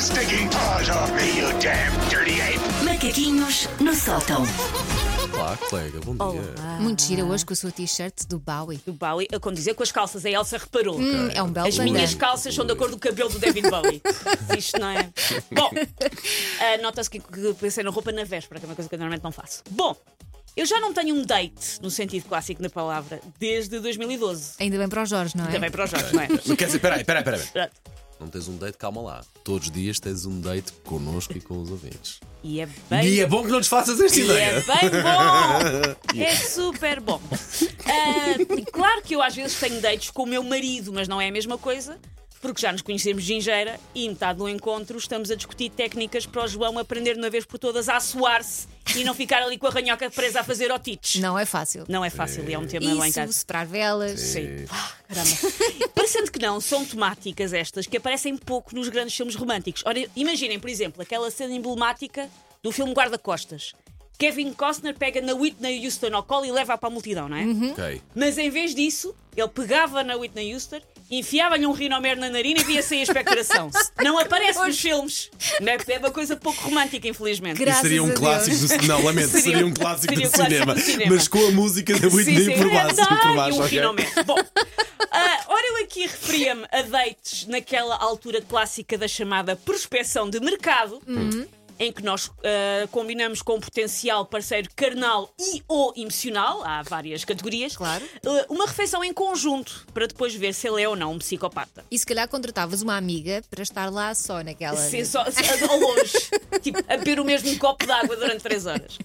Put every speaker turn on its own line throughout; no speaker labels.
sticking paws off me, you damn dirty ape!
Macaquinhos no sótão.
Olá, colega, bom dia.
Muito gira hoje com a sua t-shirt do Bowie.
do Bowie, eu, quando dizer com as calças, a Elsa reparou.
Hum, é um belo
As
bandana.
minhas calças são da cor do cabelo do David Bowie. Isto não é. Bom, ah, nota-se que, que pensei na roupa na véspera, que é uma coisa que eu normalmente não faço. Bom, eu já não tenho um date, no sentido clássico da palavra, desde 2012.
Ainda bem para o Jorge, não é?
Também para os jogos, não é?
Mas quer dizer, peraí, peraí, peraí.
Pronto.
Não tens um date, calma lá. Todos os dias tens um date connosco e com os ouvintes.
E é bem.
E é bom que não nos faças esta
E é
ideia.
bem bom! É super bom. Ah, claro que eu às vezes tenho dates com o meu marido, mas não é a mesma coisa, porque já nos conhecemos de gingeira e metade do encontro estamos a discutir técnicas para o João aprender de uma vez por todas a suar-se e não ficar ali com a ranhoca presa a fazer otites.
Não é fácil.
Não é fácil, e é um tema lá em
Isso,
casa.
separar velas.
Sim. Ah, caramba. Parecendo que não, são temáticas estas que aparecem pouco nos grandes filmes românticos. Ora, imaginem, por exemplo, aquela cena emblemática do filme Guarda-Costas. Kevin Costner pega na Whitney Houston ao colo e leva-a para a multidão, não é?
Ok.
Mas em vez disso, ele pegava na Whitney Houston, enfiava-lhe um rinomero na narina e via sem a espectração. não aparece nos filmes. Não é? É uma coisa pouco romântica, infelizmente.
Gra-
Isso seria um
Graças a
clássico do, Não, lamento, seria,
Seria-
um clássico, do,
seria um clássico
cinema,
do cinema.
Mas com a música é da Whitney por baixo. Por
e
baixo
um
ok?
finalmente. Bom, ah, ora eu aqui referia-me a dates naquela altura clássica da chamada prospecção de mercado. Em que nós ah, combinamos com um potencial parceiro carnal e ou emocional, há várias categorias,
Claro.
ah, uma refeição em conjunto, para depois ver se ele é ou não um psicopata.
E se calhar contratavas uma amiga para estar lá só naquela.
Sim, só, só ao longe. tipo, a beber o mesmo copo de água durante três horas.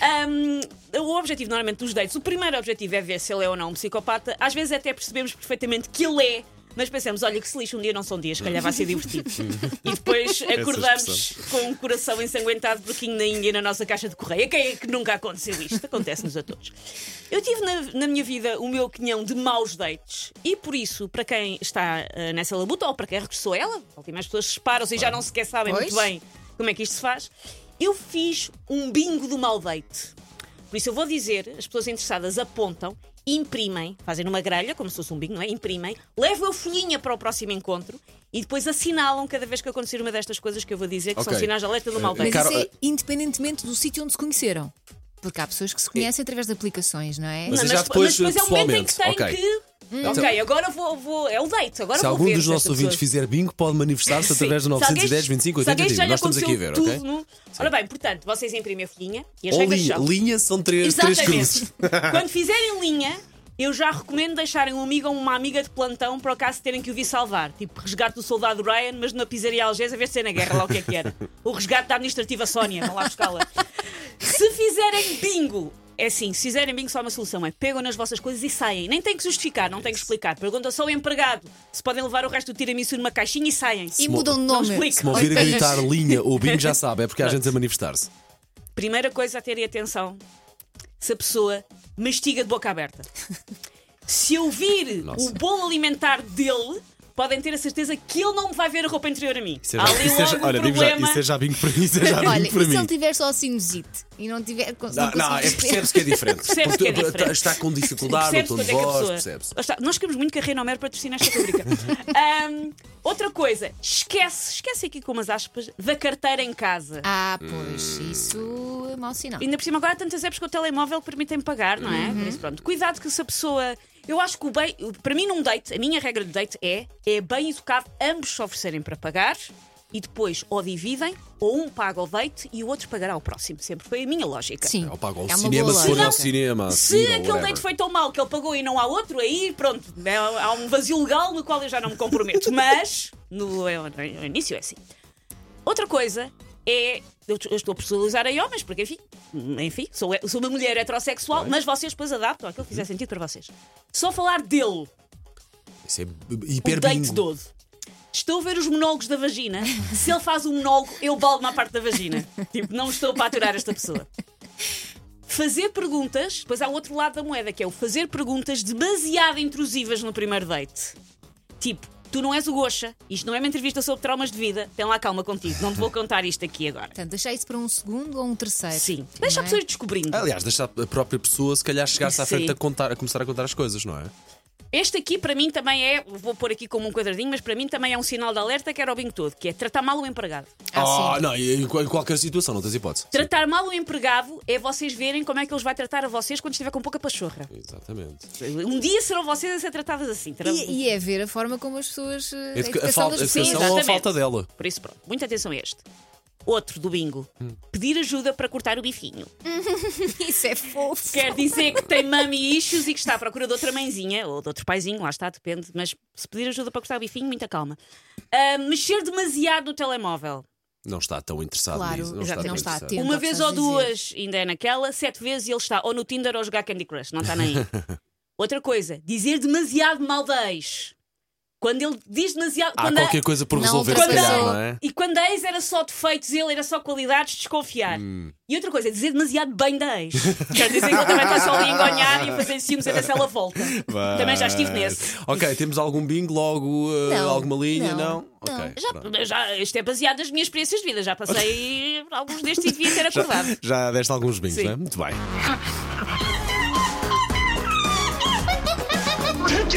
Ahm, o objetivo, normalmente, dos dates, o primeiro objetivo é ver se ele é ou não um psicopata. Às vezes até percebemos perfeitamente que ele é. Mas pensamos, olha que se lixo, um dia não são dias, se calhar vai ser divertido. e depois acordamos com o coração ensanguentado porque ainda ninguém na nossa caixa de correio. Quem é que nunca aconteceu isto? Acontece-nos a todos. Eu tive na, na minha vida o meu quinhão de maus dates e por isso, para quem está ah, nessa labuta ou para quem regressou a ela, ultimamente as pessoas separam-se e já não sequer sabem
Pois.
muito bem como é que isto se faz. Eu fiz um bingo do mau date. Por isso eu vou dizer, as pessoas interessadas apontam, imprimem, fazem numa grelha, como se fosse um bingo, não é? Imprimem, levam a folhinha para o próximo encontro e depois assinalam cada vez que acontecer uma destas coisas que eu vou dizer, que
Ok. Eh,
são sinais de alerta do tá? mau
Mas
date.
Carol-
isso é independentemente do sítio onde se conheceram. Porque há pessoas que se conhecem através de aplicações, não é?
Mas-
Não,
já depois,
mas depois é o momento em que tem
pessoalmente, ok. Então,
que. ok, agora vou, vou- É o date, agora
Se
vou
algum
ver
dos
se
nossos
esta
ouvintes
pessoa-
fizer bingo, pode manifestar-se através do
Sim. Se alguém-
910 25
se alguém
85.
já lhe
Nós estamos aqui a ver,
aconteceu
ok?
tudo no- Ora bem, portanto, vocês imprimem a folhinha e as
Ou
regras
linha.
são.
Linha são três, três cruzes.
Exatamente. Quando fizerem linha, eu já recomendo deixarem um amigo ou uma amiga de plantão para o caso de terem que o vir salvar. Tipo, resgate do soldado Ryan, mas na pizzaria Algés, a ver se é na guerra, lá o que é que era. O resgate da administrativa Sónia, vão lá buscá-la. Se fizerem bingo, é assim, se fizerem bingo, só há uma solução é pegam nas vossas coisas e saem. Nem têm que justificar, não têm que explicar. Perguntam só ao empregado se podem levar o resto do tiramisu numa caixinha e saem.
E mudam de nome.
explica.
Se me ouvirem
Olha,
gritar um linha ou bingo, já sabe, é porque há gente a manifestar-se.
Primeira coisa a terem atenção: se a pessoa mastiga de boca aberta. Se eu vir
Nossa.
o bom alimentar dele, podem ter a certeza que ele não me vai ver a roupa interior a mim.
Isso é
Há
já-
ali
isso é já-
logo um
olha, digo já,
problema.
isso é já bingo para mim. Isso é já bingo
Olha,
para
e se
mim.
um tipo
ele tiver só sinusite e não tiver. Não,
Não, não, é,
conseguir-
percebe-se que é diferente.
Percebe-se
Porque
que é diferente.
Está com dificuldade, o tom
Percebe-se
de
quando é que a
voz,
pessoa-
percebe-se.
Lá está, Nós queremos muito que a Renomero patrocine esta rubrica. Ahm, outra coisa, esquece, esquece aqui com umas aspas, da carteira em casa.
Ah, pois, isso é mau sinal.
Ainda por cima, agora há tantas apps com o telemóvel que permitem pagar, não é? Por isso, pronto. Cuidado que se a pessoa. Eu acho que o bem. Para mim, num date, a minha regra de date é: é bem educado ambos se oferecerem para pagar e depois ou dividem, ou um paga o date e o outro pagará ao próximo. Sempre foi a minha lógica.
Sim.
Ou paga
é
ao
uma
cinema,
boa
se for
lógica.
ao cinema. assim,
Se aquele date foi tão mal que ele pagou e não há outro, aí pronto, é- há um vazio legal no qual eu já não me comprometo. Mas no, é- no início é assim. Outra coisa é. Eu eu estou a personalizar a homens, porque enfim, enfim sou, sou uma mulher heterossexual, mas vocês depois adaptam àquilo que fizer sentido para vocês. Só falar dele,
Isso é
o
hiper
um date 12. Estou a ver os monólogos da vagina. Se ele faz um monólogo, eu baldo uma parte da vagina. Tipo, não estou para aturar esta pessoa. Fazer perguntas, depois há o outro lado da moeda, que é o fazer perguntas demasiado intrusivas no primeiro date. Tipo, tu não és o Gocha, isto não é uma entrevista sobre traumas de vida, tem lá calma contigo, não te vou contar isto aqui agora.
Portanto, deixar isso para um segundo ou um terceiro.
Sim, deixa
Não
a
é?
pessoa ir descobrindo.
Aliás, deixa a própria pessoa, se calhar, chegar-se à
Sim.
frente a, contar, a começar a contar as coisas, não é?
Este aqui, para mim, também é, vou pôr aqui como um quadradinho, mas para mim também é um sinal de alerta que era o bingo todo, que é tratar mal o empregado.
Ah, não, em em qualquer situação, não tens hipótese.
Tratar mal o empregado é vocês verem como é que eles vai tratar a vocês quando estiver com pouca pachorra.
Exatamente.
Um dia serão vocês a ser tratadas assim. Tra-
E, e é ver a forma como as pessoas. eh, A
Educa-
educação
a fal-
das
a
pessoas.
educação ou a
Exatamente.
falta dela.
Por isso, pronto, muita atenção a este. Outro do bingo. Pedir ajuda para cortar o bifinho.
Isso é fofo.
Quer dizer que tem mami issues e que está à procura de outra mãezinha ou de outro paizinho, lá está, depende. Mas se pedir ajuda para cortar o bifinho, muita calma. Ah, mexer demasiado no telemóvel.
Não está tão interessado
Claro,
nisso. Não está,
exatamente.
tão
Não
está
interessado.
atento.
Uma
ao que
vez
estás
ou
a dizer.
duas ainda é naquela, sete vezes e ele está ou no Tinder ou a jogar Candy Crush, não está nem aí. Outra coisa, dizer demasiado mal da ex. Quando ele diz demasiado.
Há
quando a-
qualquer coisa por
Não,
resolver, se
quando
calhar,
a-
ultrapassou.
não é?
E quando a ex era só defeitos, ele era só qualidades, desconfiar.
Hum.
E outra coisa, dizer demasiado bem da ex. Quer dizer que ele também está só ali a enganhar e a fazer ciúmes a ver se ela volta. Também já estive nesse.
Ok, temos algum bingo logo? uh,
Não,
alguma linha?
não,
Não? Ok. pronto.
Já, já, isto é baseado nas minhas experiências de vida, já passei por alguns destes e devia ter acordado.
Já deste alguns bingos,
Sim.
não é? Muito bem.
Take